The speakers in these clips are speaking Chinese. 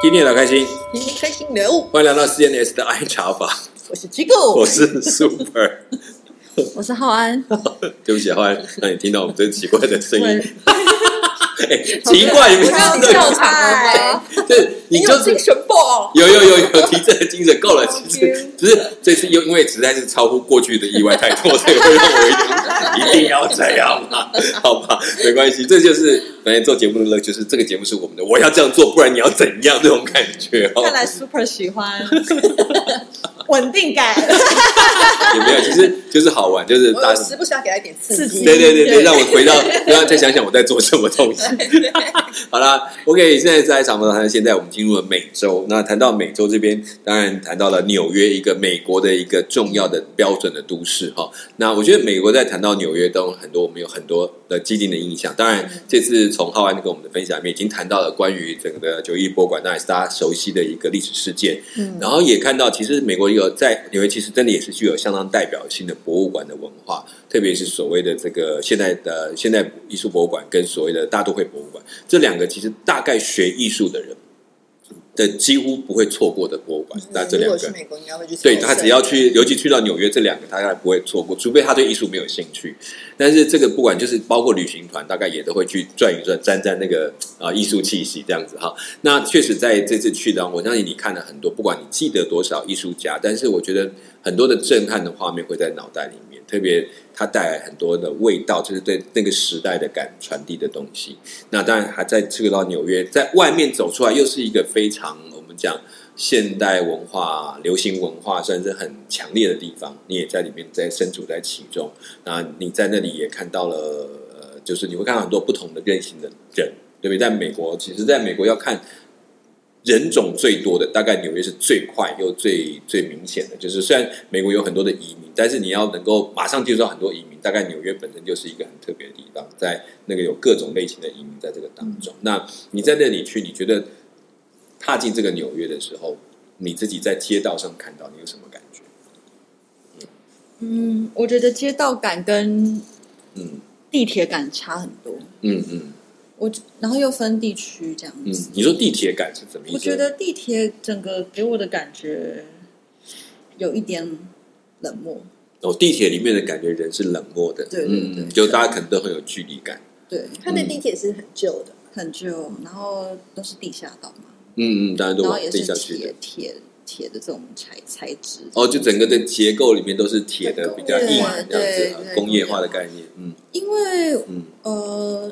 今天老开心，今天开心聊，欢迎来到 CNS 的爱茶坊， 我是机构我，是 Super。我是浩安，对不起，后来让你听到我们这奇怪的声音，我 哎奇怪，你们要听笑这场了吗？这你就有是精神爆，有有有有提振的精神够了，其实只是这次又因为实在是超乎过去的意外太多，所以会让我有一点一定要这样嘛， 好吧，没关系，这就是反正做节目的乐趣，就是这个节目是我们的，我要这样做，不然你要怎样这种感觉哦看。来 Super 喜欢 稳定感，也没有，其实就是好玩，就是我大有家时不时要给他一点刺刺激激。对对对对，让我回到，让我再想想我在做什么东西。 好啦 o k 现在在长谈，现在我们进入了美洲。那谈到美洲这边，当然谈到了纽约，一个美国的一个重要的标准的都市哈。那我觉得美国在谈到纽约当中，很多我们有很多的既定的印象。当然，这次从浩安跟我们的分享里面，已经谈到了关于整个的九一博物馆，当然是大家熟悉的一个历史事件。嗯，然后也看到，其实美国有在纽约，其实真的也是具有相当代表性的博物馆的文化。特别是所谓的这个现代的现代艺术博物馆跟所谓的大都会博物馆，这两个其实大概学艺术的人的几乎不会错过的博物馆。嗯那这嗯如两果个去美国，你要会去对朝圣他只要去，尤其去到纽约这两个，他大概不会错过，除非他对艺术没有兴趣。但是这个不管就是包括旅行团，大概也都会去转一转，沾沾那个啊、呃艺术气息这样子哈。那确实在这次去当中，我相信你看了很多，不管你记得多少艺术家，但是我觉得很多的震撼的画面会在脑袋里面，特别它带来很多的味道，就是对那个时代的感传递的东西。那当然还在去到纽约，在外面走出来，又是一个非常我们讲现代文化、流行文化算是很强烈的地方，你也在里面在身处在其中。那你在那里也看到了，呃，就是你会看到很多不同的任性的人，对不对？在美国，其实在美国要看人种最多的，大概纽约是最快又最最明显的。就是虽然美国有很多的移民，但是你要能够马上接触到很多移民，大概纽约本身就是一个很特别的地方，在那个有各种类型的移民在这个当中。那你在那里去，你觉得踏进这个纽约的时候，你自己在街道上看到，你有什么感觉？嗯，我觉得街道感跟嗯地铁感差很多，嗯嗯我然后又分地区这样嗯子，，你说地铁感是什么意思？我觉得地铁整个给我的感觉有一点冷漠，哦，地铁里面的感觉，人是冷漠的，对对对嗯，就大家可能都很有距离感，对，他的地铁是很旧的，很旧，然后都是地下道嘛，嗯嗯，大家都然后往也地是下去的铁。铁铁的这种材材质，哦，就整个的结构里面都是铁的，比较对硬这样子对啊，对工业化的概念，嗯因为嗯，呃，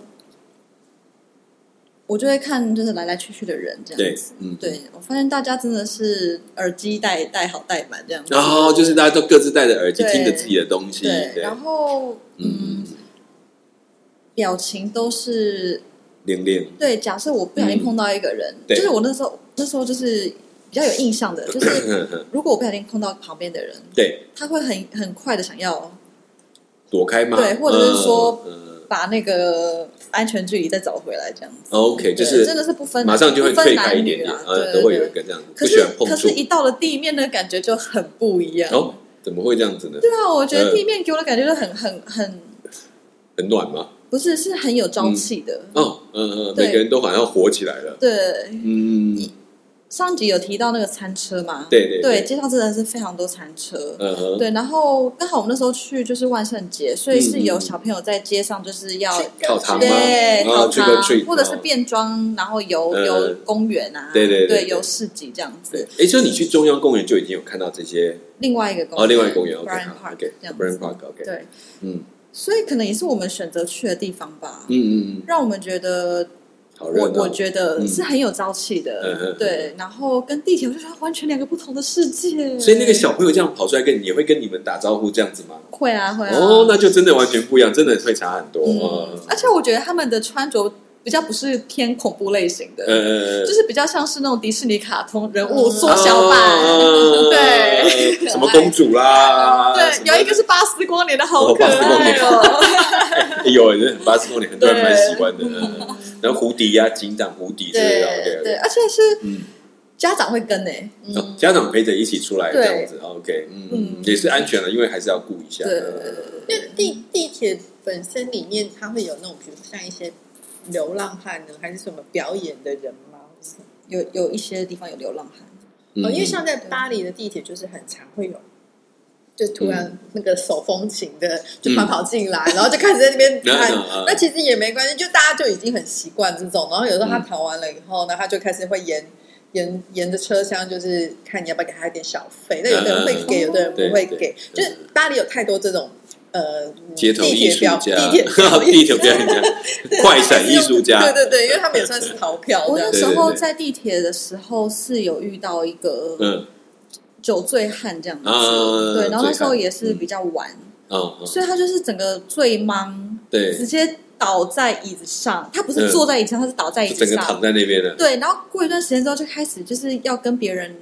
我就会看就是来来去去的人这对样子，，嗯，对我发现大家真的是耳机戴戴好戴满这样子，然后就是大家都各自戴着耳机对听着自己的东西，对，对，然后嗯嗯，，表情都是练练，对，假设我不小心碰到一个人，嗯对就是我那时候那时候就是比较有印象的，就是呵 呵如果我不小心碰到旁边的人，对，他会很很快的想要躲开嘛，对或者是说嗯嗯嗯把那个安全距离再找回来，这样子。 ，OK，就对是真的是不分，马上就会不分退男开一女点点，啊呃，对都会有对一个这样子，不可喜是欢碰可触是，，一到了地面的感觉就很不一样。哦，怎么会这样子呢？对啊，我觉呃得地面给我的感觉就很很很，很暖吗？不是是很有朝气的。哦，嗯嗯，对每个人都好像火起来了。对，嗯，上集有提到那个餐车嘛？对对对，，街上真的是非常多餐车。嗯哼，对，然后刚好我们那时候去就是万圣节，所以是嗯嗯有小朋友在街上就是要靠糖吗？对然后考 trick or 察 treat，或者是哦变装，然后游呃游公园啊，对对对对游市集这样对子。，哎，所以你去中央公园就已经有看到这些另外一个公哦，园，另外一个公园 b ，OK， r i a n 好 Park 这样 b r a n 子。 Park，OK，对，嗯所以可能也是我们选择去的地方吧，嗯嗯嗯，让我们觉得好热我闹，我觉得是很有朝气嗯嗯的嗯，对。然后跟地铁，我就觉得完全两个不同的世界。所以那个小朋友这样跑出来跟你，也会跟你们打招呼这样子吗？会啊会啊，哦，那就真的完全不一样，真的会差很多。嗯，而且我觉得他们的穿着比较不是偏恐怖类型的，呃就，是比较像是那种迪士尼卡通人物缩小哦版。 对什么公主啦，对，有一哦个是巴斯光年的好可哦巴斯光爱年哦， 有，人八十公里很多人蛮喜欢的，嗯然后胡迪啊，警长胡迪之类的，OK 对， OK，而且是嗯。家长会跟嗯诶，哦家长陪着一起出来这对样子，OK，嗯，嗯也是安全的，因为还是要顾一下。对呃因为地地铁本身里面它会有那种，比如像一些流浪汉呢，还是什么表演的人吗？子。有有一些地方有流浪汉，嗯哦，因为像在巴黎的地铁，就是很常会有，就突嗯然那个手风琴的就跑跑进来，然后就开始在 那边然弹后呢。那其实也没关系，就大家就已经很习惯这种。然后有时候他嗯弹完了以后呢，他就开始会沿沿沿着车厢，就是看你要不要给他一点小费。那有的人会给，嗯嗯嗯有的人不会给。哦对对就是巴黎有太多这种呃街头地艺铁术表家、地 铁表演地铁表演家、快闪艺术家， 对对对，因为 他们也算是逃票我这样那对子。对时候对在地铁的时候是有遇到一个嗯酒醉汉这样子，啊对，然后那时候也醉是汉比较晚，嗯嗯，所以他就是整个醉懵，对直，接倒在椅子上，他不是嗯坐在椅子上，他是倒在椅就子整个上躺，在那边了。对，然后过一段时间之后就开始就是要跟别人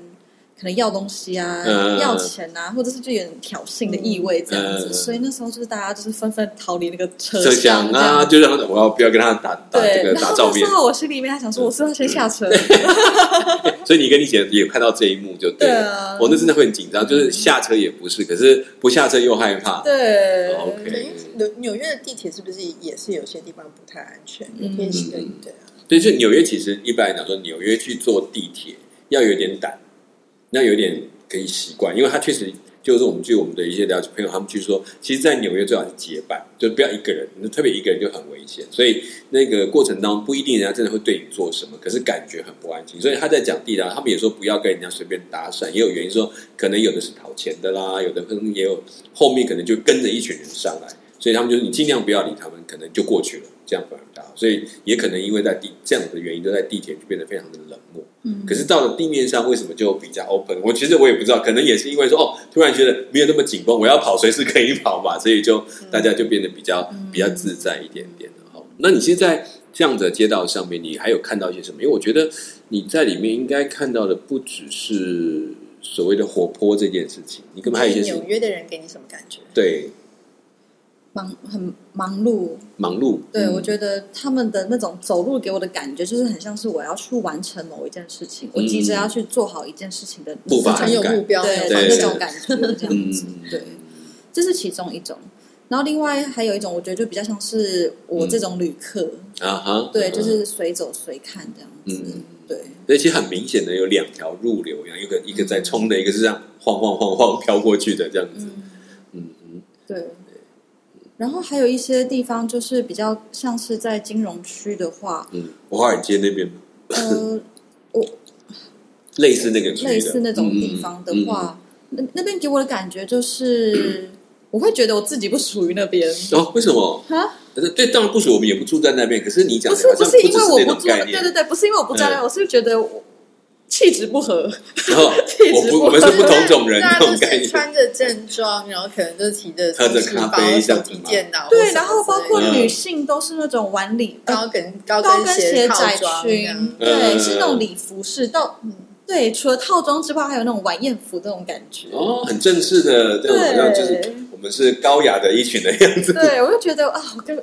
可能要东西啊，嗯要钱啊，或者是就有点挑衅的意味这样子，嗯所以那时候就是大家就是纷纷逃离那个车车厢厢这样啊，子就让他我要不要跟他打打这对，个然打后照嗯那面时，候我心里面还想说，我是不是要先下车？ 所以你跟你姐也有看到这一幕就对对了。啊，我那真的会很紧张，就是下车也不是，可是不下车又害怕。对哦，OK 呃对，因为纽纽约的地铁是不是也是有些地方不太安全？有些是嗯嗯对啊，所以就纽约其实一般来讲说，纽约去坐地铁要有点胆，要有点可以习惯，因为它确实就是我们据我们的一些了解朋友他们去说，其实，在纽约最好是结伴，就不要一个人，特别一个人就很危险。所以那个过程当中不一定人家真的会对你做什么，可是感觉很不安心。所以他在讲地铁，他们也说不要跟人家随便搭讪，也有原因说可能有的是讨钱的啦，有的可能也有后面可能就跟着一群人上来。所以他们就是你尽量不要理他们，可能就过去了，这样反而比较好。所以也可能因为在地这样子的原因，都在地铁就变得非常的冷漠。嗯可是到了地面上，为什么就比较 open？我其实我也不知道，可能也是因为说哦，突然觉得没有那么紧绷，我要跑随时可以跑嘛， 所以就大家就变得比较、嗯比较自在一点点了。哦，那你现在这样子的街道上面，你还有看到一些什么？因为我觉得你在里面应该看到的不只是所谓的活泼这件事情，你根本还有一些事嗯纽约的人给你什么感觉？对忙很忙碌。忙碌。对，嗯我觉得他们的那种走路给我的感觉，就是很像是我要去完成某一件事情，我急着要去做好一件事情的嗯步伐那很种有目标，对对那种感觉这样子嗯，对，这是其中一种。然后另外还有一种，我觉得就比较像是嗯我这种旅客，啊哈，对，就是随走随看这样子嗯，对，而且很明显的有两条入流一样，一个一个在冲的，一个是这样晃晃晃晃飘过去的这样子。嗯。嗯嗯，对。然后还有一些地方就是比较像是在金融区的话嗯，华尔街那边吗呃，类似那个区的嗯类似那种地方的，话，那那边给我的感觉就是，我会觉得我自己不属于那边嗯嗯嗯哦，为什么？啊，呃对，当然不属我们也不住在那边，可是你讲不的是好像不不是因为我只是那种不住那，概对念嗯对，对，不是因为我不住那边，我是觉得我气质不合， 然后气质哦我不不我们是不同种人那啊大家种都概是念，穿着正装，然后可能就提着喝着手提咖包啡这手样子提嘛电脑或什么之类的，对，然后包括嗯女性都是那种晚礼呃高跟高高跟鞋鞋套窄装这样裙，嗯对，是那种礼服式到嗯。对，除了套装之外，还有那种晚宴服这种感觉。哦，很正式的，这种好像就是我们是高雅的一群的样子。对，我就觉得啊，我跟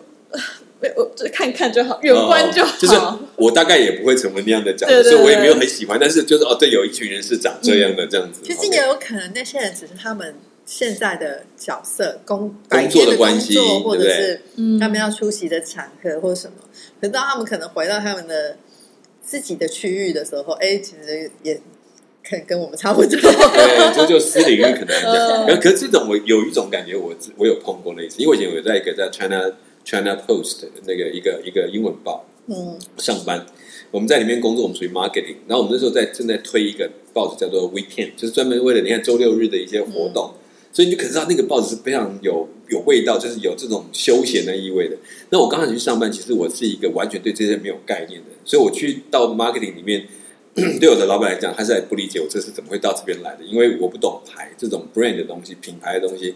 没我就看看就好，远观就好。哦就是我大概也不会成为那样的角色，对嗯对所以我也对没有很喜欢。但是就是哦，对，有一群人是长这样的、这样子。其实也有可能那些人只是他们现在的角色工白工天作的的关工系作，或者对不对是嗯他们要出席的场合或什么，可是当他们可能回到他们的自己的区域的时候，哎，其实也可能跟我们差不多。对，这就私领域可能这样。 嗯可可是这种我有一种感觉我，我有碰过类似，因为我以前有在一个在 China China Post 的那个一个一个英文报嗯，上班，我们在里面工作，我们属于 marketing。然后我们那时候在正在推一个报纸叫做 Weekend，就是专门为了你看周六日的一些活动。所以你就可知道那个报纸是非常有有味道，就是有这种休闲的意味的。那我刚开始去上班，其实我是一个完全对这些没有概念的，所以我去到 marketing 里面， 对我的老板来讲，他是很不理解我这是怎么会到这边来的，因为我不懂牌这种 brand 的东西、品牌的东西，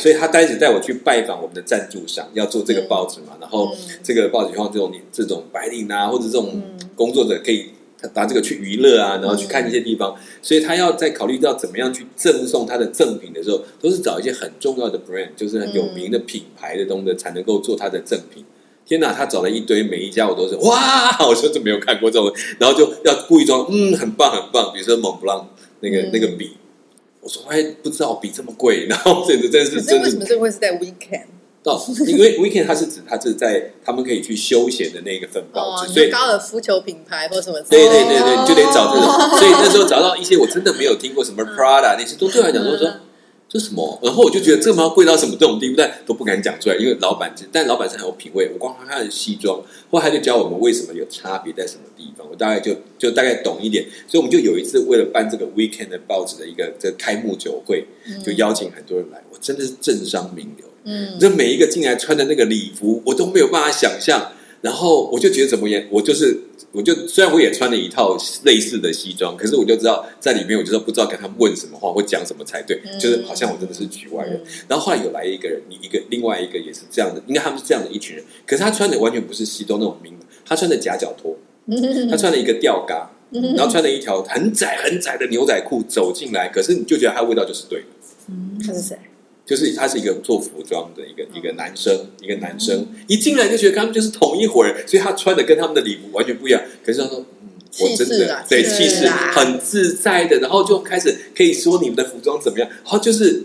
所以他开始带我去拜访我们的赞助商，要做这个报纸嘛，然后嗯这个报纸希望这种这种白领啊，或者这种嗯工作者可以拿这个去娱乐啊，然后去看一些地方，所以他要在考虑到怎么样去赠送他的赠品的时候，都是找一些很重要的 brand，就是很有名嗯的品牌的东西才能够做他的赠品。天哪，他找了一堆，每一家我都是哇，我说这没有看过这种，然后就要故意装嗯很棒很棒，比如说蒙布朗那个、嗯那个笔，我说哎不知道笔这么贵，然后这个真 可是是真为什是么这会是在 weekend？哦，因为 weekend 它是指它是在他们可以去休闲的那个分报哦，纸，你所以说高尔夫球品牌或什么之对类的，对对对，你就得找这种。所以那时候找到一些我真的没有听过什么 Prada 那些，都对我来讲都说嗯这什么，然后我就觉得这猫贵到什么这种地步，但都不敢讲出来，因为老板，但老板是很有品味。我光看他的西装，后来他就教我们为什么有差别在什么地方，我大概就就大概懂一点。所以我们就有一次为了办这个 Weekend 的报纸的一个这个开幕酒会，就邀请很多人来，我真的是政商名流。嗯，这每一个进来穿的那个礼服，我都没有办法想象。然后我就觉得怎么也，我就是，我就虽然我也穿了一套类似的西装，可是我就知道在里面，我就是不知道跟他们问什么话或讲什么才对，嗯就是好像我真的是局外人。嗯然后后来有来一个人，你一个另外一个也是这样的，应该他们是这样的一群人，可是他穿的完全不是西装那种名，他穿的夹脚拖，嗯他穿了一个吊嘎，然后穿了一条很窄很窄的牛仔裤走进来，可是你就觉得他味道就是对的。 嗯他是谁？就是他是一个做服装的一个一个男生，一个男生一进来就觉得他们就是同一伙人，所以他穿的跟他们的礼服完全不一样。可是他说，嗯，我真气势的啊对气气势势啊很自在的，然后就开始可以说你们的服装怎么样，然后就是，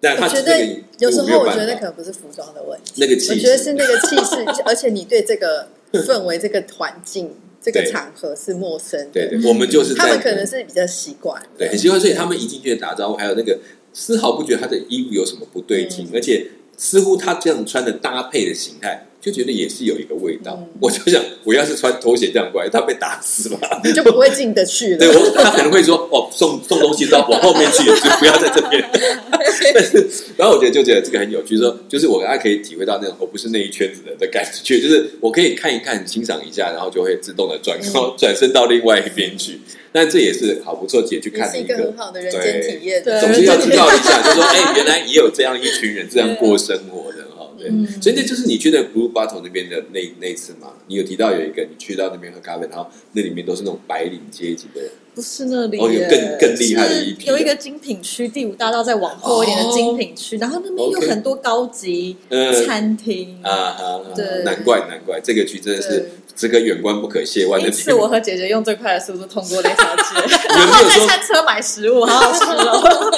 但我他觉这得个有时没有候我办觉得法可能不是服装的问题，那个我气觉得势是那个气势，而且你对 这个氛围、这个环境、这个场合是陌生对的，对，我们就是他在们可能是比较习惯的，对，很喜欢，所以他们一进去打招呼，还有那个丝毫不觉得他的衣服有什么不对嗯劲，而且似乎他这样穿的搭配的形态，就觉得也是有一个味道。嗯我就想，我要是穿拖鞋这样过来，他被打死吧？ 你就不会进得 去对了。我，他可能会说：“哦，送送东西到往后面去，就不要在这 边。”但是，然后我觉得就觉得这个很有趣，说就是我大家可以体会到那种我哦不是那一圈子人的感觉，就是我可以看一看、欣赏一下，然后就会自动的转，然嗯后转身到另外一边去。但这也是好不错，姐去也看是的一一个个很好的人间体验，对总是要知道一下，就说哎、原来也有这样一群人这样过生活的哈，对，嗯所以那就是你去那 Blue Bottle 那边的那那一次嘛，你有提到有一个你去到那边喝咖啡，然后那里面都是那种白领阶级的人，不是那里哦有耶，更更厉害的一批是有一个精品区，第五大道再往后一点的精品区，然后那边有 OK 很多高级嗯餐厅。啊哈，啊对难怪难怪，这个区真的是对这个远观不可亵玩的因地此，方。我和姐姐用最快的速度通过那条 街，你们然没后有在说，餐车买食物，好好吃 哦。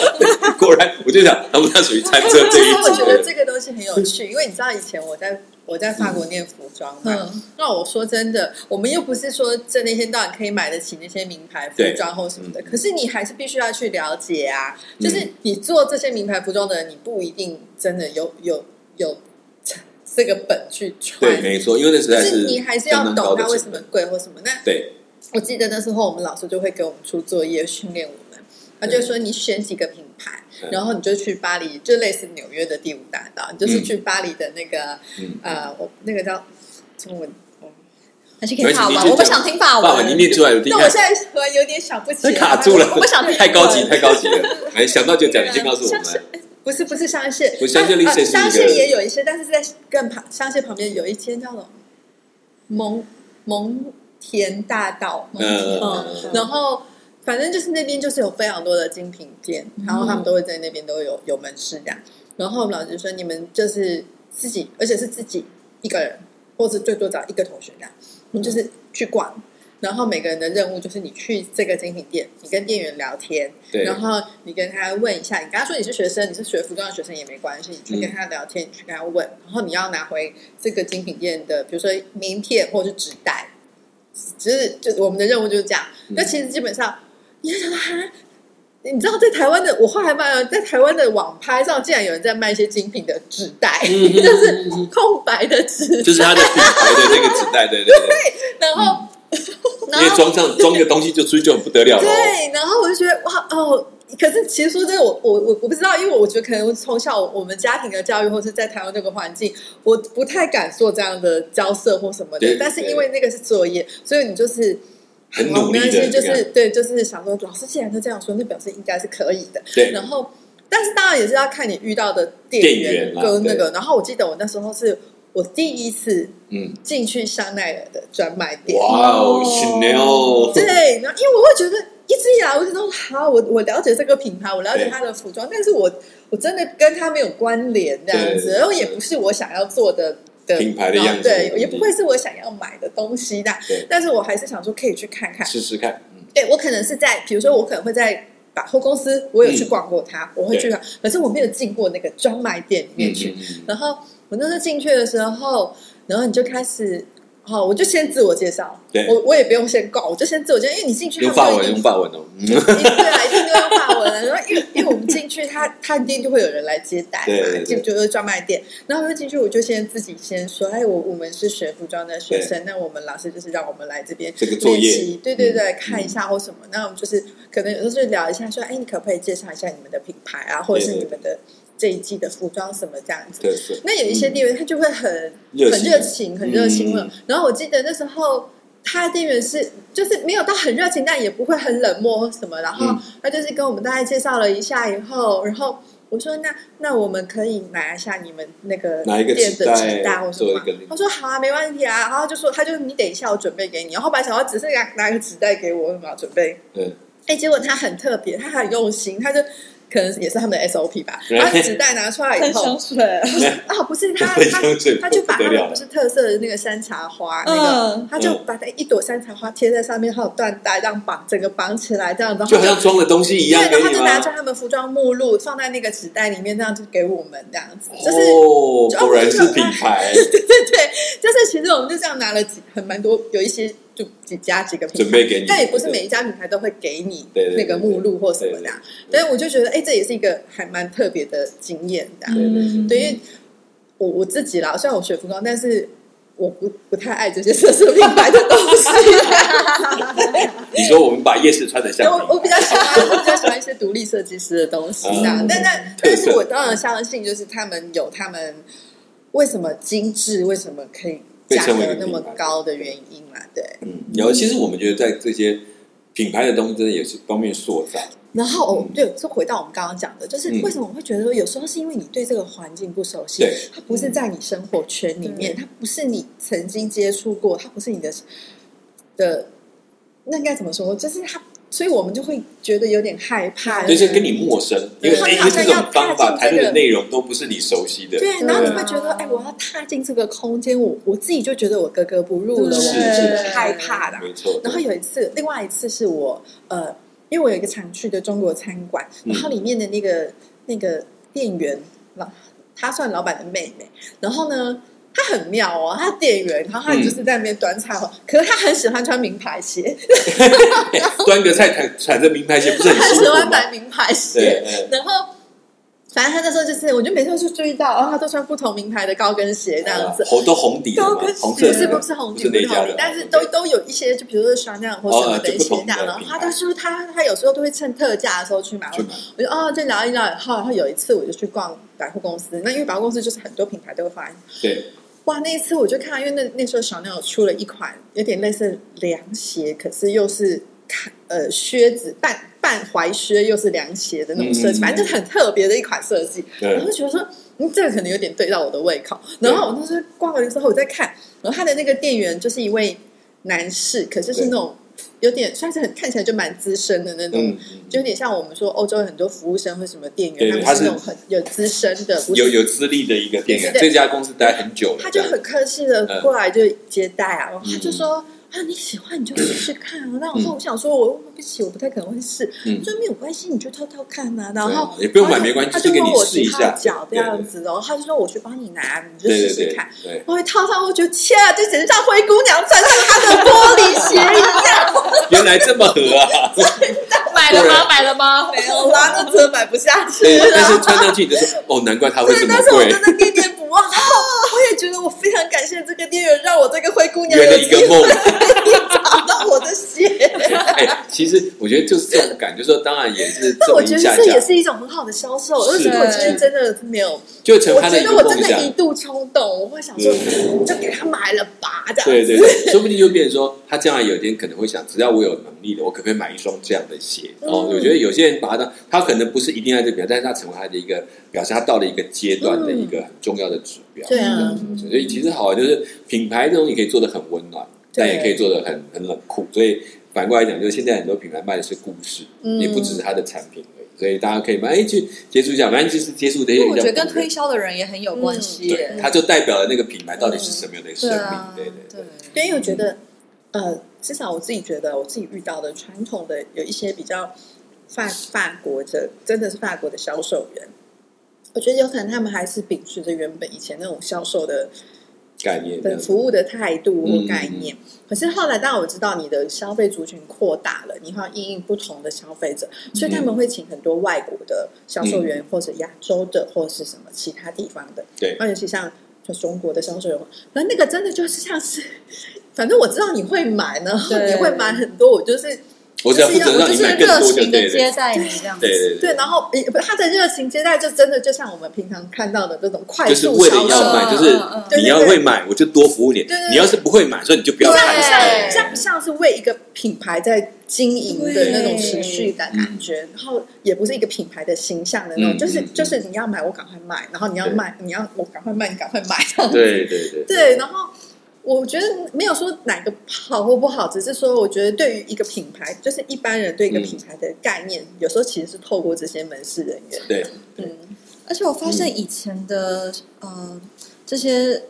果然我就想他们那属于餐车这一 嗯我觉得组的，这个东西很有趣，因为你知道以前我在我在法嗯国念服装嘛，嗯，那我说真的，我们又不是说真的一天到晚可以买得起那些名牌服装或什么的，对嗯可是你还是必须要去了解啊。嗯就是你做这些名牌服装的人，你不一定真的有有有这个本去对，穿。没错，因为那实就在是你还是要相当高懂的它为成什么本贵或什么。那对，我记得那时候我们老师就会给我们出作业训练我们，他就说你选几个品牌嗯，然后你就去巴黎，就类似纽约的第五大道，你就是去巴黎的那个、嗯，呃，我那个叫中文。哦还是可以法没文关系，我不想听法爸爸，你文，念出来有听那看我现在突然有点想不起来，卡住了我不想 听。太高级，。太高级了！哎，想到就讲，你先告诉我们像。是不是不是香榭，不香榭丽舍呃是一个香榭也有一些，但是在更旁香榭旁边有一间叫做蒙蒙田大道，蒙田嗯嗯嗯然后反正就是那边就是有非常多的精品店，然后他们都会在那边都有有门市这样。然后我们老师就说，你们就是自己，而且是自己一个人，或者最多找一个同学这样，你们就是去逛。然后每个人的任务就是你去这个精品店，你跟店员聊天，对，然后你跟他问一下，你跟他说你是学生，你是学服装的学生也没关系，你去跟他聊天，你去跟他问，然后你要拿回这个精品店的，比如说名片或者是纸袋，只是就我们的任务就是这样。嗯那其实基本上，你就想到哈。你知道在台湾的，我后来发现，在台湾的网拍上竟然有人在卖一些精品的纸袋， 嗯嗯就是空白的纸，就是它的品牌的那个纸袋，对对对，然后，嗯然因为后装上装个东西就出去就很不得了了哦。对，然后我就觉得哇哦，可是其实说真的，我我我我不知道，因为我觉得可能从小我们家庭的教育，或是在台湾这个环境，我不太敢做这样的交涉或什么对的。但是因为那个是作业，所以你就是。很努力的哦好没关系就这是对，就是想说，老师既然都这样说，那表示应该是可以的。对然后，但是当然也是要看你遇到的店店员员啦跟那个。然后我记得我那时候是我第一次嗯，进去香奈儿的专卖店，哇哦哦，Chanel，对，然后因为我会觉得一直以来我就说好，我我了解这个品牌，我了解它的服装，但是我我真的跟它没有关联这样对子，然后也不是我想要做的的品牌的样子然后嗯对，也不会是我想要买的东西的对。但是我还是想说可以去看看， 试试看。嗯对我可能是在，比如说我可能会在。百货公嗯司，我有去逛过它，我会去看，可是我没有进过那个专卖店里面去。嗯嗯嗯然后我那时候进去的时候，然后你就开始，好，我就先自我介绍，对我我也不用先告，我就先自我介绍，因为你进去用他法们就文已经用法文哦，嗯，一定对啊，一定都要法文了。然后因为因为我们进去，他他一定就会有人来接待对对嘛，对进就是专卖店。然后我就进去，我就先自己先说，哎，我我们是学服装的学生，那我们老师就是让我们来这边这个作业嗯练习，对对对，看一下或什么。那我们就是可能有时候就聊一下，说，哎，你可不可以介绍一下你们的品牌啊，或者是对对你们的这一季的服装什么这样子？对嗯对，那有一些店员他就会很热很情热情，很热情了嗯。然后我记得那时候他的店员是就是没有到很热情，但也不会很冷漠或什么。然后嗯他就是跟我们大概介绍了一下以后，然后我说那那我们可以买一下你们那个拿一个店纸的袋纸袋或什么吗做一个？他说好啊，没问题啊。然后就说他就你等一下，我准备给你。然后本来想要只是拿拿个纸袋给我，我要准备。嗯，哎，结果他很特别，他很用心，他就。可能也是他们的 SOP 吧，对把纸袋拿出来以喷后香，水，啊，不是 他分他香水他就把不他得们了不是特色的那个山茶花，那个、嗯他就把那一朵山茶花贴在上面，还有缎带这样绑，整个绑起来这样，然后就好像装了东西一对，样然给后他你就吗拿？出他们服装目录放在那个纸袋里面，这样就给我们这样子，就是、 哦，就果然是品牌，对对，就是其实我们就这样拿了几很蛮多，有一些就几家几个品牌准备给你但也不是每一家品牌都会给你对对对那个目录或什么对的啊，对对但是我就觉得哎，这也是一个还蛮特别的啊经验这样。对对对，因为我我自己啦，虽然我学服装，但是我不不太爱这些奢侈品牌的东 西。你说我们把夜市穿的像我我比较喜欢，我比较喜欢一些独立设计师的东西这样嗯。但但特色但是我当然相信，就是他们有他们为什么精致，为什么可以被价称为格一个那么品牌高的原因嘛，对。嗯，有，其实我们觉得在这些品牌的东西，真的也是方面塑造，然后哦嗯，对，就回到我们刚刚讲的，就是嗯为什么我会觉得说，有时候是因为你对这个环境不熟悉对，它不是在你生活圈里面，嗯它不是你曾经接触过，它不是你的的，那应该怎么说？就是它，所以我们就会觉得有点害怕，就是跟你陌生，因对为他们因好为像这种要方法踏进谈这论个的内容都不是你熟悉的，对，对然后你啊会觉得，哎，我要踏进这个空间，我我自己就觉得我格格不入了，我是就是是害怕的啊。没错。然后有一次，另外一次是我呃，因为我有一个常去的中国餐馆，嗯然后里面的那个那个店员，老她算老板的妹妹，然后呢。她很妙哦，她店员，然后嗯她就是在那边端菜哦，可是她很喜欢穿名牌鞋，端个菜产产生名牌鞋不是她很很 辛喜苦欢吗？买名牌鞋对，，嗯然后反正她那时候就是，我就每次就注意到，哦，她都穿不同名牌的高跟鞋这样子，红都红底的高嘛跟，红色鞋不是的不是红不底是啊那不是家红的嘛，底但是都都有一些，就比如说 Chanel 或什么的一些这哦就不同样，的然后品牌他都是他他有时候都会趁特价的时候去买，去买我就哦就聊一聊以后，然后有一次我就去逛百货公司，那因为百货公司就是很多品牌都会放在对哇，那一次我就看到，因为那那时候 Chanel 出了一款有点类似凉鞋，可是又是卡呃靴子半半踝靴，又是凉鞋的那种设计，嗯反正就是很特别的一款设计。对我就觉得说，嗯，这个可能有点对到我的胃口。然后我那时候逛了之后，我再看，然后他的那个店员就是一位男士，可是是那种有点算是很看起来就蛮资深的那种。嗯，就有点像我们说欧洲有很多服务生或什么店对员，他他们是是那种很有资深的，不是嗯有有资历的一个店员，对这家公司待很久了，他就这样很客气嗯的过来就接待啊，然后他就说。啊，你喜欢你就试试看啊。然后我想说，我对不起，我不太可能会试。嗯他说没有关系，你就偷偷看呐、啊。然后对也不用买没关系他就就给你帮我试一套下脚这对对样子。然后他就说我去帮你拿，你就对试对试对看。对，我一套上，我觉得天啊，这简直像灰姑娘穿上她的玻璃鞋一样。 原来这么合啊！买了吗？买了吗？没有啦，那真的买不下去对，但是了。穿上去你就说哦，难怪它会对，这么但是我贵，真的念念 不忘。然后我也觉得我非常感谢这个店员，让我这个灰姑娘圆有了一机个会梦。找到我的鞋。 哎，其实我觉得就是这种感觉，说当然也是 但这我么觉一得下这也下，是一种很好的销售。我就是觉得我今是天真的没有，就成我他的觉一得个我梦真的想一。度冲动，我会想说，就给他买了吧，这样子。对对对，说不定就变成说，他将来有一天可能会想，只要我有能力了，我可不可以买一双这样的鞋？哦，嗯我觉得有些人把它当，他可能不是一定在这个表，但是他成为他的一个表示，他到了一个阶段的一个很重要的指标。对啊，所以其实好玩就是品牌这种，你可以做的很温暖，对但也可以做的很很冷酷。所以反过来讲，就是现在很多品牌卖的是故事，嗯也不只是它的产品而已。所以大家可以慢慢哎去接触一下，反正就是接触这因些为比嗯我较觉得跟普通推销的人也很有关系耶。啊对，它就代表了那个品牌到底是什么样的生对命。啊，对对对，对，因为我觉得，呃，至少我自己觉得，我自己遇到的传统的有一些比较法法国的，真的是法国的销售员，我觉得有可能他们还是秉持着原本以前那种销售的概念这的样子。服务的态度嗯或概念。可是后来，当然我知道你的消费族群扩大了，你还要应应不同的消费者，所以嗯他们会请很多外国的销售员，或者亚洲的，或者是什么其他地方的，对那尤其像就中国的销售员，那那个真的就是像是， 反正我知道你会买，然后对你会买很多，我就是我只要负责让你就买是更热多就情对的接了。待你这样子对。对对，然后也不他的热情接待就真的就像我们平常看到的这种快就是速为了销售要买，就嗯嗯是嗯你要会买，我就多服务你对对；对你要是不会买，所以你就不要像看对不上像像不像是为一个品牌在经营的那种持续的感觉，然后也不是一个品牌的形象的那种，嗯就是嗯嗯就是你要买我赶快卖，然后你要对卖你要我赶快卖你赶快卖这样子。对对对对，然后我觉得没有说哪个好或不好，只是说我觉得对于一个品牌，就是一般人对一个嗯品牌的概念，有时候其实是透过这些门市人员。对，嗯，而且我发嗯现以前的、呃这些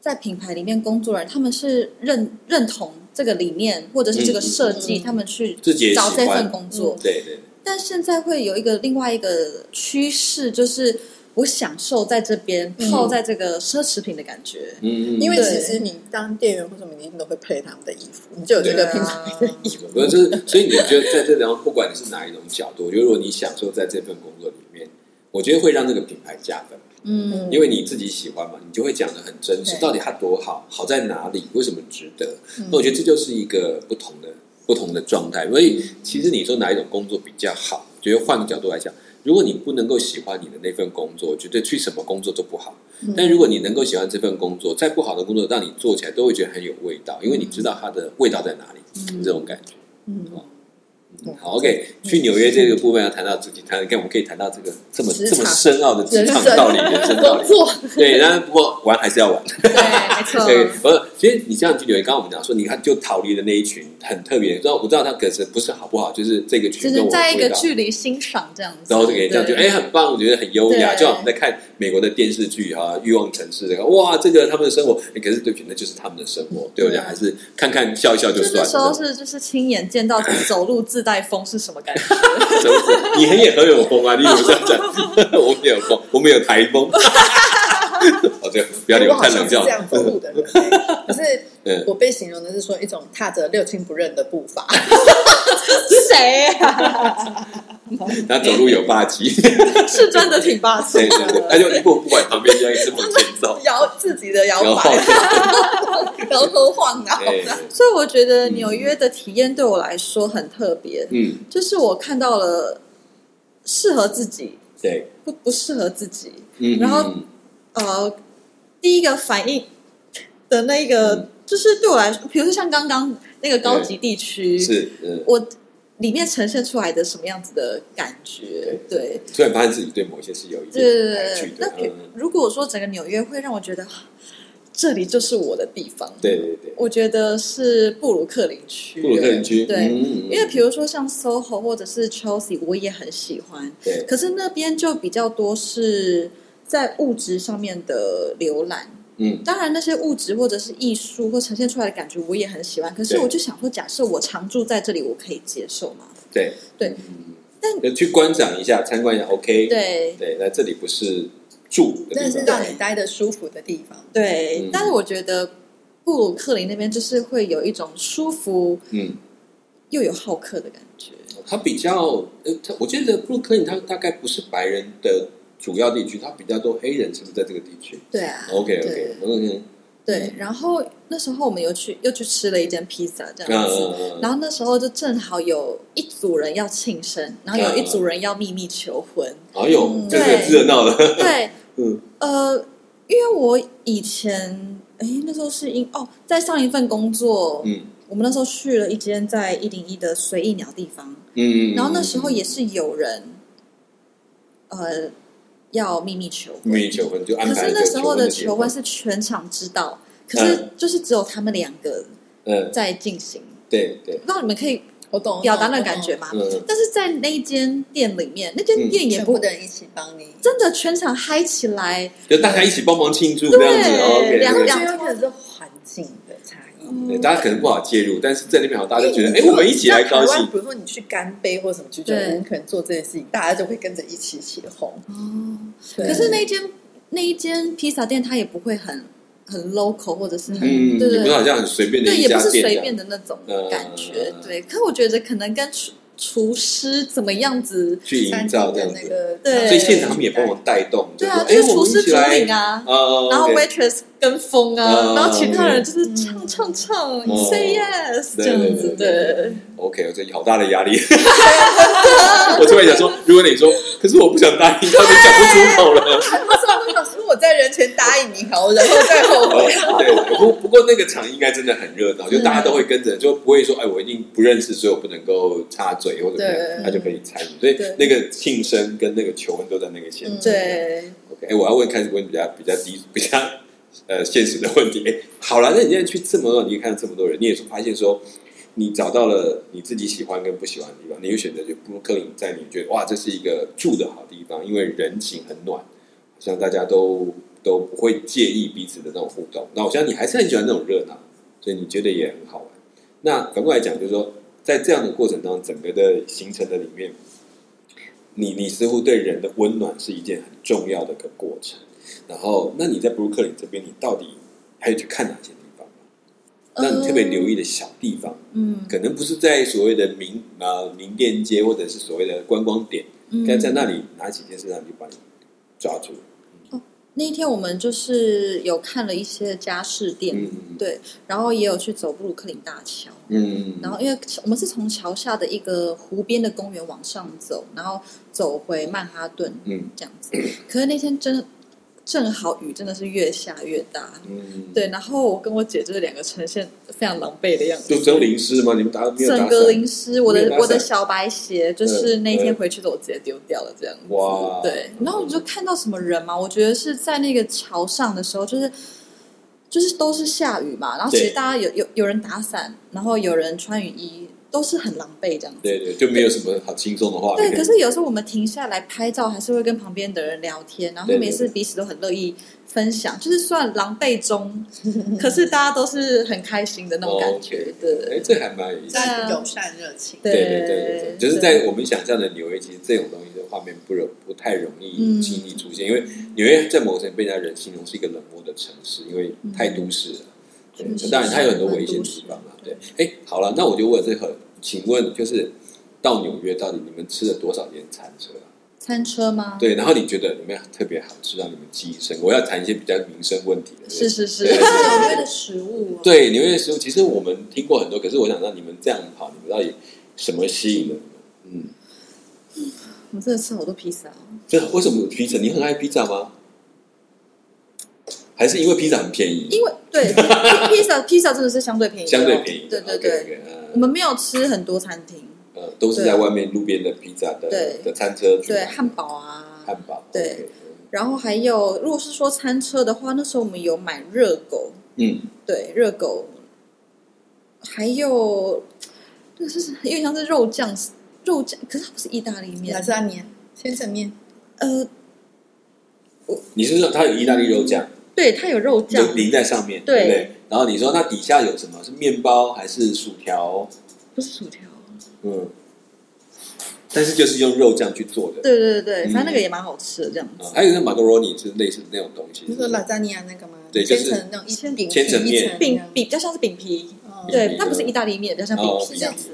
在品牌里面工作人，他们是认认同这个理念或者是这个设计，嗯嗯嗯他们去自己也喜找欢嗯这份工作。对对，但现在会有一个另外一个趋势，就是我享受在这边嗯泡在这个奢侈品的感觉。嗯，因为对其实你当店员或什么，你一定都会配他们的衣服，你就有这个对啊品牌的衣服。不是就是，所以你觉得在这两，不管你是哪一种角度，我觉得如果你享受在这份工作里面，我觉得会让这个品牌加分。嗯，因为你自己喜欢嘛，你就会讲的很真实，对到底它多好，好在哪里，为什么值得？嗯那我觉得这就是一个不同的不同的状态。所以其实你说哪一种工作比较好，觉得换个角度来讲，如果你不能够喜欢你的那份工作，我觉得去什么工作都不好。嗯但如果你能够喜欢这份工作，再不好的工作让你做起来都会觉得很有味道，因为你知道它的味道在哪里，这种感觉。嗯，嗯好，OK，去纽约这个部分要谈到自己谈，你看我们可以谈到这个这么职场这么深奥的职场人生道理、人生道理工。作 对，但不过玩还是要玩。对，没错。对，不是，其实你这样去留言，刚刚我们讲说，你看就逃离的那一群很特别，知道我知道他可是不是好不好，就是这个就群跟是我在一味个道距离欣赏这样子，然后就可以这样觉得，哎，很棒，我觉得很优雅，对就好像我们在看美国的电视剧啊，《欲望城市》这个，哇，这个他们的生活，哎可是对不起，那就是他们的生活，对我对讲啊还是看看笑一笑就就算那时候了，是就是亲眼见到走路自带风是什么感觉，真是你很也很有风啊，你怎么这样讲？我们有风，我们有台风。 哦，对，不要理我我，好太像冷是笑这样了。走路 的人欸、可是嗯我被形容的是说一种踏着六亲不认的步伐， 谁啊呀、他走路有霸气，是真的挺霸 气对对对，他就一步不管旁边这样一直往前 走，摇自己的摇然后摆，摇头晃脑哎，的。所以我觉得纽约的体验对我来说很特别，嗯，就是我看到了适合自己对，不不适合自己，嗯，然后嗯呃，第一个反应的那个、嗯就是对我来说，比如说像刚刚那个高级地区，是，嗯，我里面呈现出来的什么样子的感觉，对。突然发现自己对某些是有一对点对排对拒对，那的，比嗯，如果说整个纽约会让我觉得啊这里就是我的地方，对对对，我觉得是布鲁克林区，布鲁克林区，对，嗯，因为比如说像 SOHO 或者是 Chelsea，我也很喜欢，对，可是那边就比较多是在物质上面的浏览。嗯，当然，那些物质或者是艺术或呈现出来的感觉，我也很喜欢。可是对我就想说，假设我常住在这里，我可以接受吗？对对嗯但就去观赏一下，参观一下，OK，对对，那这里不是住的但地是方，让你待的舒服的地方，对，嗯但是我觉得布鲁克林那边就是会有一种舒服嗯，又有好客的感觉。它比较，呃，它我觉得布鲁克林它大概不是白人的主要地区，它比较多黑人，是不是在这个地区对啊？OK 对 OK，嗯对。然后那时候我们又去又去吃了一间披萨，这嗯样子。嗯然后那时候就正好有一组人要庆生，然后有一组人要秘密求 婚。嗯，哎呦，嗯这个对热闹了，对，嗯，呃，因为我以前哎那时候是因哦，在上一份工作，嗯我们那时候去了一间在一零一的随意鸟地方，嗯，然后那时候也是有人，呃，要秘密求婚，秘密求婚就安可排了是这那个时候的求求婚婚的嗯是全场知道，可是就是只有他们两个结果，嗯，在进行，对对，不知道你们可以我懂表达那个感觉吗？吗？嗯。但是在那一间店里面，那间嗯店也全部不的人一起帮你。真的全场嗨起来，就大家一起帮忙庆祝这样子哦对，OK，两嗯我两觉得有可能是环境的差异，对，大家可能不好介入，但是在那边好，大家就觉得，因哎为，我们一起来像高台湾兴。比如说你去干杯或什么居酒对屋，你可能做这件事情，大家就会跟着一起起哄。哦，对可是那一间那一间披萨店，它也不会很很 local，或者是很、嗯，对你对不是好像很随便的对，一也不家是店这随样便的那种嗯感觉。嗯嗯对，可我觉得可能跟厨厨师怎么样子，去营造这样那子，个对所以现场他们也帮忙带动。对啊，就就是说哎，我们厨师一主起来领啊，啊，然后 OK waitress 跟风啊，嗯然后其他人就是嗯唱唱唱嗯，say yes 对这样子，对对对， OK，我这好大的压 力。 我突然想说，如果你说，可是我不想答应，他就讲不出口了。我想说我在人前答应你好，然后再 啊后悔。哦 对，不不过那个场应该真的很热闹，就大家都会跟嗯着，就不会说哎，我一定不认识，所以我不能够插嘴或者怎么样，对他就可以参与。所以对那个庆生跟那个求婚都在那个现场。嗯对， OK，哎，我要问，开始问比较比较低、 比较呃现实的问题。哎，好了，那你现在去这么多，你也看到这么多人，你也是发现说，你找到了你自己喜欢跟不喜欢的地方，你有选择就布鲁克林，在你觉得哇，这是一个住的好地方，因为人情很暖，好像大家都都不会介意彼此的那种互动。那我相信你还是很喜欢那种热闹，所以你觉得也很好玩。那反过来讲，就是说，在这样的过程当中，整个的行程的里面，你你似乎对人的温暖是一件很重要的一个过程。然后，那你在布鲁克林这边，你到底还有去看哪些地方？那你特别留意的小地方，嗯可能不是在所谓的名呃名店街，或者是所谓的观光点，嗯，但在那里哪几件事让你把你抓住？那一天我们就是有看了一些家饰店，嗯对，然后也有去走布鲁克林大桥。嗯，然后，因为我们是从桥下的一个湖边的公园往上走，然后走回曼哈顿嗯这样子。可是那天真的正好雨真的是越下越大，嗯，，对。然后我跟我姐就是两个呈现非常狼狈的样子，就只有淋湿吗？你们打没有打圣伞？格林斯，我没有的打伞我的小白鞋，就是那一嗯天回去的，我直接丢掉了，这样子。哇对，然后你就看到什么人嘛？我觉得是在那个桥上的时候，就是就是都是下雨嘛，然后其对实大家有有有人打伞，然后有人穿雨衣，都是很狼狈这样子。对对，就没有什么好轻松的画对，面。可是有时候我们停下来拍照，还是会跟旁边的人聊天，然后对对每次彼此都很乐意分享，就是虽然狼狈中，可是大家都是很开心的那种感觉。对对哎，这还蛮有意思的。但友善热情，对对对对对，就是在我们想象的纽约，其实这种东西的画面不容不太容易嗯轻易出现，因为纽约在某种程度被人家人形容是一个冷漠的城市，因为嗯太都市了。对，确实当然它有很多蛮危险的都地市方嘛。对，哎，好了，那我就问这个，请问就是到纽约到底你们吃了多少间餐车啊？餐车吗？对，然后你觉得有没有特别好吃让你们记忆深刻？我要谈一些比较民生问题的。是是是，对纽约的食物啊，对纽约的食物，其实我们听过很多，可是我想让你们这样跑，你们到底什么吸引了你们？嗯。我真的吃好多披萨哦。这为什么有披萨？你很爱披萨吗？还是因为披萨很便宜？因为 对披披萨，披萨真的是相对便宜的哦，相对便宜的。对对对， OK，OK，嗯我们没有吃很多餐厅，呃都是在外面路边的披萨的对的餐车去买对汉堡啊，汉堡对 OK，嗯然后还有如果是说餐车的话，那时候我们有买热狗，嗯对热狗，还有这个是有点像是肉酱肉酱，可是它不是意大利面拉，扎面、千层面，呃，你是说它有意大利肉酱，对，它有肉酱就，淋在上面，对对不对？然后你说它底下有什么？是面包还是薯条？不是薯条，嗯，但是就是用肉酱去做的。对对对对，嗯反正那个也蛮好吃的这样啊子，还有那马格罗尼是类似那种东西，你说拉扎尼亚那个吗？对就是千层那种一千饼千层面一层饼这样饼比较像是饼皮，哦对，它不是意大利面，比较像饼嗯哦皮这样子。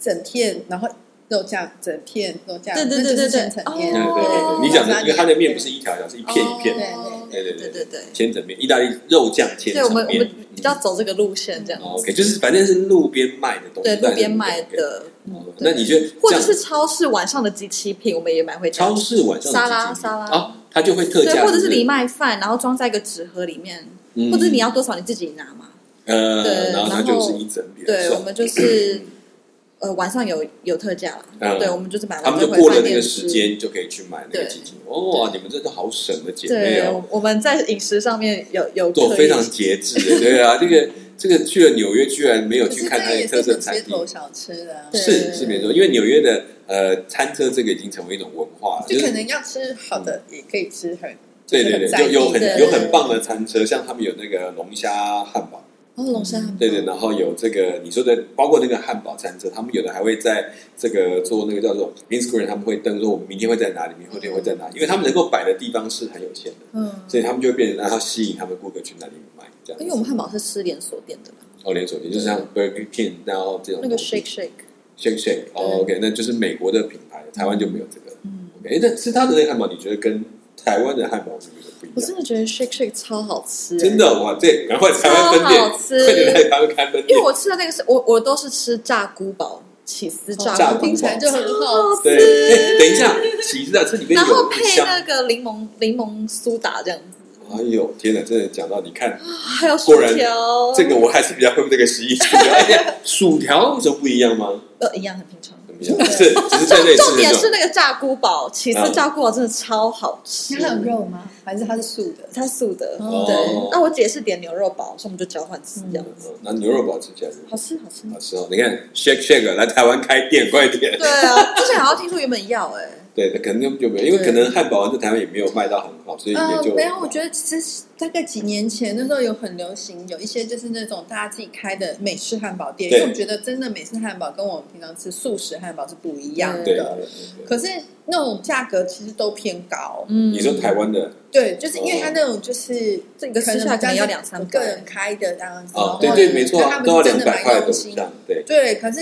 整片，然后肉酱整片肉酱，对对那就对是对千层对面对对哦对，你讲的，因为它的面不是一条一条，是一片一片的。哦对对对对对对，千层面，意大利肉酱千对我层们我面嗯们。比较走这个路线这样哦子， OK，就是反正是路边卖的东西，对但路是边卖你不的，懂。哦对那你觉得或这者样是超市晚上的即期品，我们也买回家超。市晚上的沙拉季节沙拉哦，它就会特对，价，或者是不藜麦饭，然后装在一个纸盒里面，嗯或者你要多少你自己拿嘛。呃，对然后它然就后是一整片，对，是啊吧我们就是 呃晚上有有特价啦嗯，对，我们就是买他完们就回过了饭那店个吃时。间就可以去买那个对基金。哦，你们真的好省的姐妹对哦，，我们在饮食上面有有做刻意非常节制的，对啊，这个这个去了纽约居然没有可去是看这它个的也特是色很餐街厅，头小吃的啊，对是是没错，因为纽约的呃餐车这个已经成为一种文化了，就就是可能要吃好的，也可以吃很对对对，就是很在有有地的很有很棒的餐车，像他们有那个龙虾汉堡，哦，龙山汉堡对对，然后有这个你说的，包括那个汉堡餐车，他们有的还会在这个做那个叫做 Instagram，他们会登说我们明天会在哪里，明后天会在哪里，因为他们能够摆的地方是很有限的，嗯，所以他们就会变成然后吸引他们顾客去哪里买这样子。因为我们汉堡是吃连锁店的啦，哦连锁店就是像 Burger King，然后这种那个东西 Shake Shake， Shake Shake，哦 OK，那就是美国的品牌，台湾就没有这个。嗯， OK，诶那吃他的那个汉堡，你觉得跟台湾的汉堡是不是不一我样？真的觉得 Shake Shake 超好吃，真。的哇，这赶快台湾分店超 好，吃快点来台湾开分因店为。我吃的那个是我我都是吃炸菇堡起司炸炸菇菇哦堡，听起来就很好。好对，吃。哎，等一下，起司啊，这里面然后有配香。那个柠檬柠檬苏打这样子，哎呦，天哪！真的讲到你看还有薯果然条，这个，我还是比较会这个十一薯条。哎呀，薯条有什么不一样吗？呃一样很平常。怎么样？是只是在这里重吃点那是种。嗯那个炸菇堡，起司炸菇堡真的超好吃，它有肉吗？还是它是素的？它素的。哦对，那我姐是点牛肉堡，所以我们就交换吃这样子，那牛肉堡吃起来是好吃好吃。好吃哦。你看，shake shake 来台湾开店，快点。对啊，之前好像听说原本要哎，对，可能就没有，因为可能汉堡在台湾也没有卖到很好，所以也呃就，没有，我觉得其实大概几年前那时候有很流行，有一些就是那种大家自己开的美式汉堡店，因对为我觉得真的美式汉堡跟我们平常吃素食汉堡是不一样对。对嗯的。对对可是那种价格其实都偏高，嗯，你说台湾的对，就是因为它那种就是这个吃下来可能要两三百个欸人开的这样子，然嗯哦后，对对，没错那他，们都要真两的百蛮块用的心以上。对，对，可是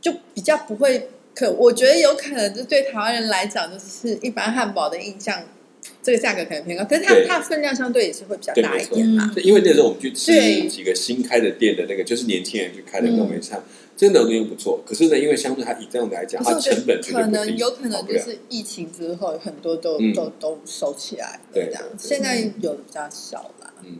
就比较不会，可我觉得有可能就对台湾人来讲，就是一般汉堡的印象，这个价格可能偏高，可是它对它的分量相对也是会比较对大没一错点啦。对因为那时候我们去吃对嗯几个新开的店的那个，就是年轻人去开的那种美餐，真的东西不错。可是呢，因为相对它以这样来讲，可是它我觉成得本绝对可不低能有可跑能不就了是疫情之后，很多都、嗯都都收起来了对这样对。对现在有的比较少啦，嗯，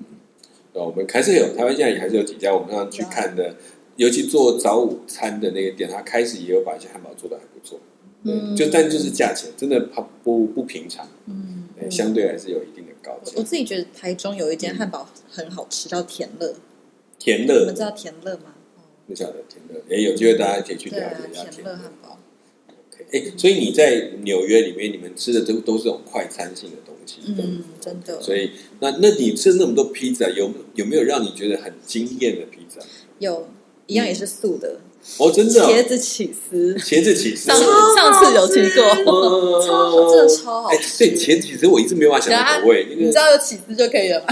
对，我们还是有台湾现在也还是有几家我们上去啊看的，尤其做早午餐的那个店，它开始也有把一些汉堡做的还不错。对，嗯就但就是价钱真的它不不平常，嗯，对，相对还是有一定的高我我价。自己觉得台中有一嗯间汉堡很好吃，叫田乐，甜你乐们知道田乐吗？不晓得甜乐，也有机会大家可以去了对啊解，一下田乐汉堡。 OK，哎、所以你在纽约里面，你们吃的都都是这种快餐性的东西，对吗嗯，真的所以，那那你吃那么多披萨，有有没有让你觉得很惊艳的披萨？有一样也是素的，哦，真的哦、茄子起司，茄子起司上，次上次有听过，哦超真的超好哎，吃对，茄子起司我一直没有办法想到口味，你因知为道有起司就可以 了吗？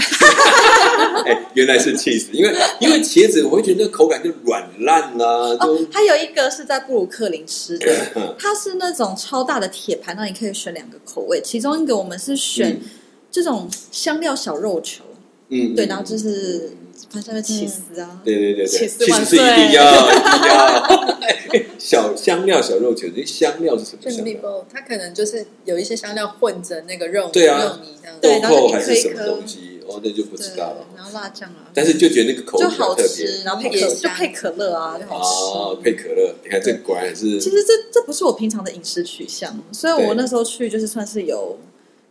哎，原来是起司，因为因为茄子，我会觉得那口感就软烂啦、就、哦，还有一个是在布鲁克林吃嗯的，它是那种超大的铁盘，那你可以选两个口味，其中一个我们是选嗯这种香料小肉球，嗯，对，然后就是反正上面起司啊，对对对对，起司起万司岁一定要一定要，哎小香料小肉球，这香料是什么就是香 l i 料？ b 它可能就是有一些香料混着那个肉对啊肉泥这样子。豆对然蔻后一颗还是什么一颗东西？哦，那就不知对，道了。然后辣酱啊，但是就觉得那个口味就比较好特吃，别然后配也可香就配可乐啊，就好哦吃。配可乐，你看这果然是其实这这不是我平常的饮食取向，所以我那时候去就是算是有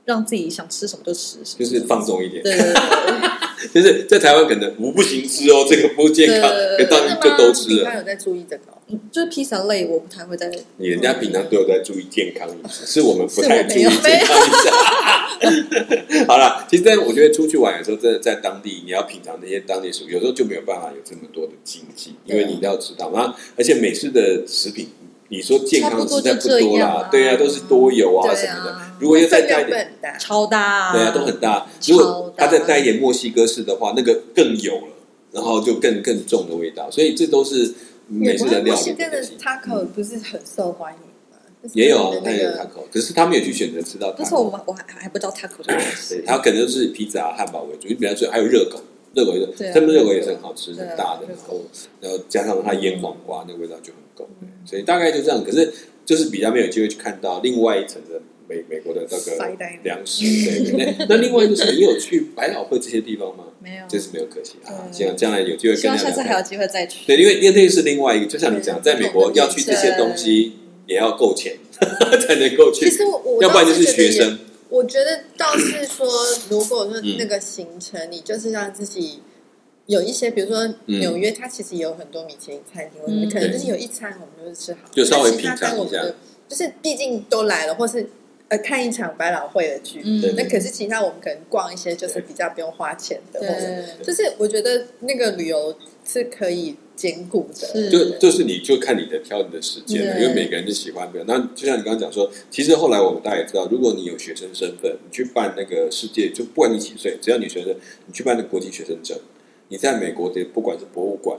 让自己想吃什么就吃什就么，是放纵一点，对对对，就是在台湾可能我不行吃哦，这个不健康，可对当真的然吗？就都吃你了看。有在注意这个哦？对就是披萨类我不太会在，你人家平常都有在注意健康饮食，是我们不太注意是我没有健康饮食。 好了，其实但我觉得出去玩的时候，真的在当地你要品尝那些当地食物，有时候就没有办法有这么多的禁忌，因啊为你要知道，那而且美式的食品，你说健康实在不差不多就这多样啦啊，对啊，都是多油啊对啊什么的。如果要再分带量一点，很大，超大啊，对啊，都很大。如果它再带一点墨西哥式的话，那个更油了，然后就更更重的味道，所以这都是美式的料墨理西哥的的东西。 taco 不是很受欢迎吗？就是也有啊，他那也有 taco，可是他们也去选择吃到那时候 taco，我们我还还不知道 taco 这个东对西，他可能就是以披萨啊、汉堡为主，因为比方说还有热狗，热狗也是对啊他们热狗也是很好吃，对很啊大的，热然狗嗯后然后加上它腌黄瓜，那个味道就很够，所以大概就这样。可是就是比较没有机会去看到另外一层的美美国的这个 Side dining 粮食，对对对。那另外就是你有去百老汇这些地方吗？没有，就是没有可惜啊，对希望将来有机会嗯希跟望大下次家还有聊。机会再去。对，因为因为那是另外一个，就像你讲，对在美国要去这些东西也要够钱 才能够去其，实我我要不然就是倒觉得学生。我觉得倒是说，如果说嗯那个行程，你就是让自己有一些，比如说嗯纽约，它其实也有很多米其林餐厅，我们嗯可能就是有一餐我们都是吃好，就稍微但其他品尝餐我们一下都。就是毕竟都来了，或是呃看一场百老汇的剧，嗯对那可是其他我们可能逛一些就是比较不用花钱的，或者对，就是我觉得那个旅游是可以兼顾的，是就就是你就看你的挑你的时间了，对因为每个人就喜欢不一样。那就像你刚刚讲说，其实后来我们大家也知道，如果你有学生身份，你去办那个世界，就不管你几岁，只要你学生，你去办那个国际学生证，你在美国的不管是博物馆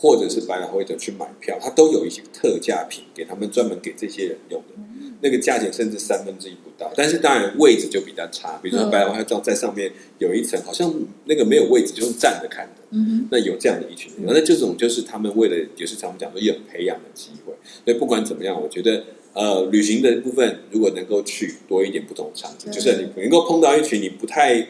或者是百老汇的去买票，它都有一些特价品给他们专门给这些人用的。嗯那个价钱甚至三分之一不到，但是当然位置就比较差。比如说嗯百老汇照在上面有一层，好像那个没有位置，就是站着看的。嗯那有这样的一群人，那这种就是他们为了也是常讲说有培养的机会，所以不管怎么样，我觉得呃，旅行的部分如果能够去多一点不同的场景，就对是你能够碰到一群你不太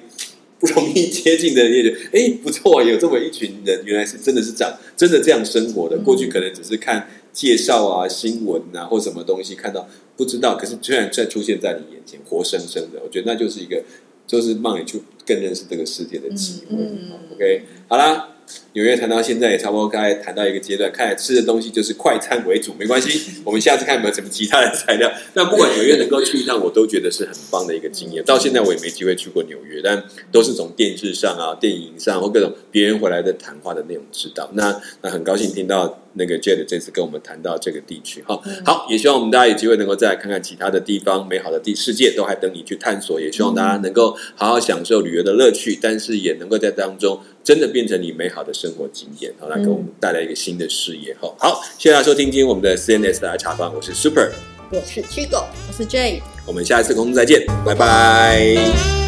不容易接近的人，也觉得哎不错，有这么一群人，原来是真的是这样，真的这样生活的。过去可能只是看介绍啊、新闻啊或什么东西看到不知道，可是居然在出现在你眼前，活生生的，我觉得那就是一个就是让你去更认识这个世界的机会。嗯嗯 OK，好啦，纽约谈到现在也差不多该谈到一个阶段，看来吃的东西就是快餐为主，没关系，我们下次看有没有什么其他的材料。那不管纽约能够去一趟，我都觉得是很棒的一个经验。到现在我也没机会去过纽约，但都是从电视上啊、电影上或各种别人回来的谈话的内容知道。那那很高兴听到那个 Jade 这次跟我们谈到这个地区哈。好，也希望我们大家有机会能够再来看看其他的地方，美好的地世界都还等你去探索。也希望大家能够好好享受旅游的乐趣，但是也能够在当中真的变成你美好的生活经验，好来给我们带来一个新的视野哈。好，谢谢大家收听今天我们的 CNS 大家茶坊，我是 Super，我是 Chigo。我是 J。a y 我们下一次空中再见，拜拜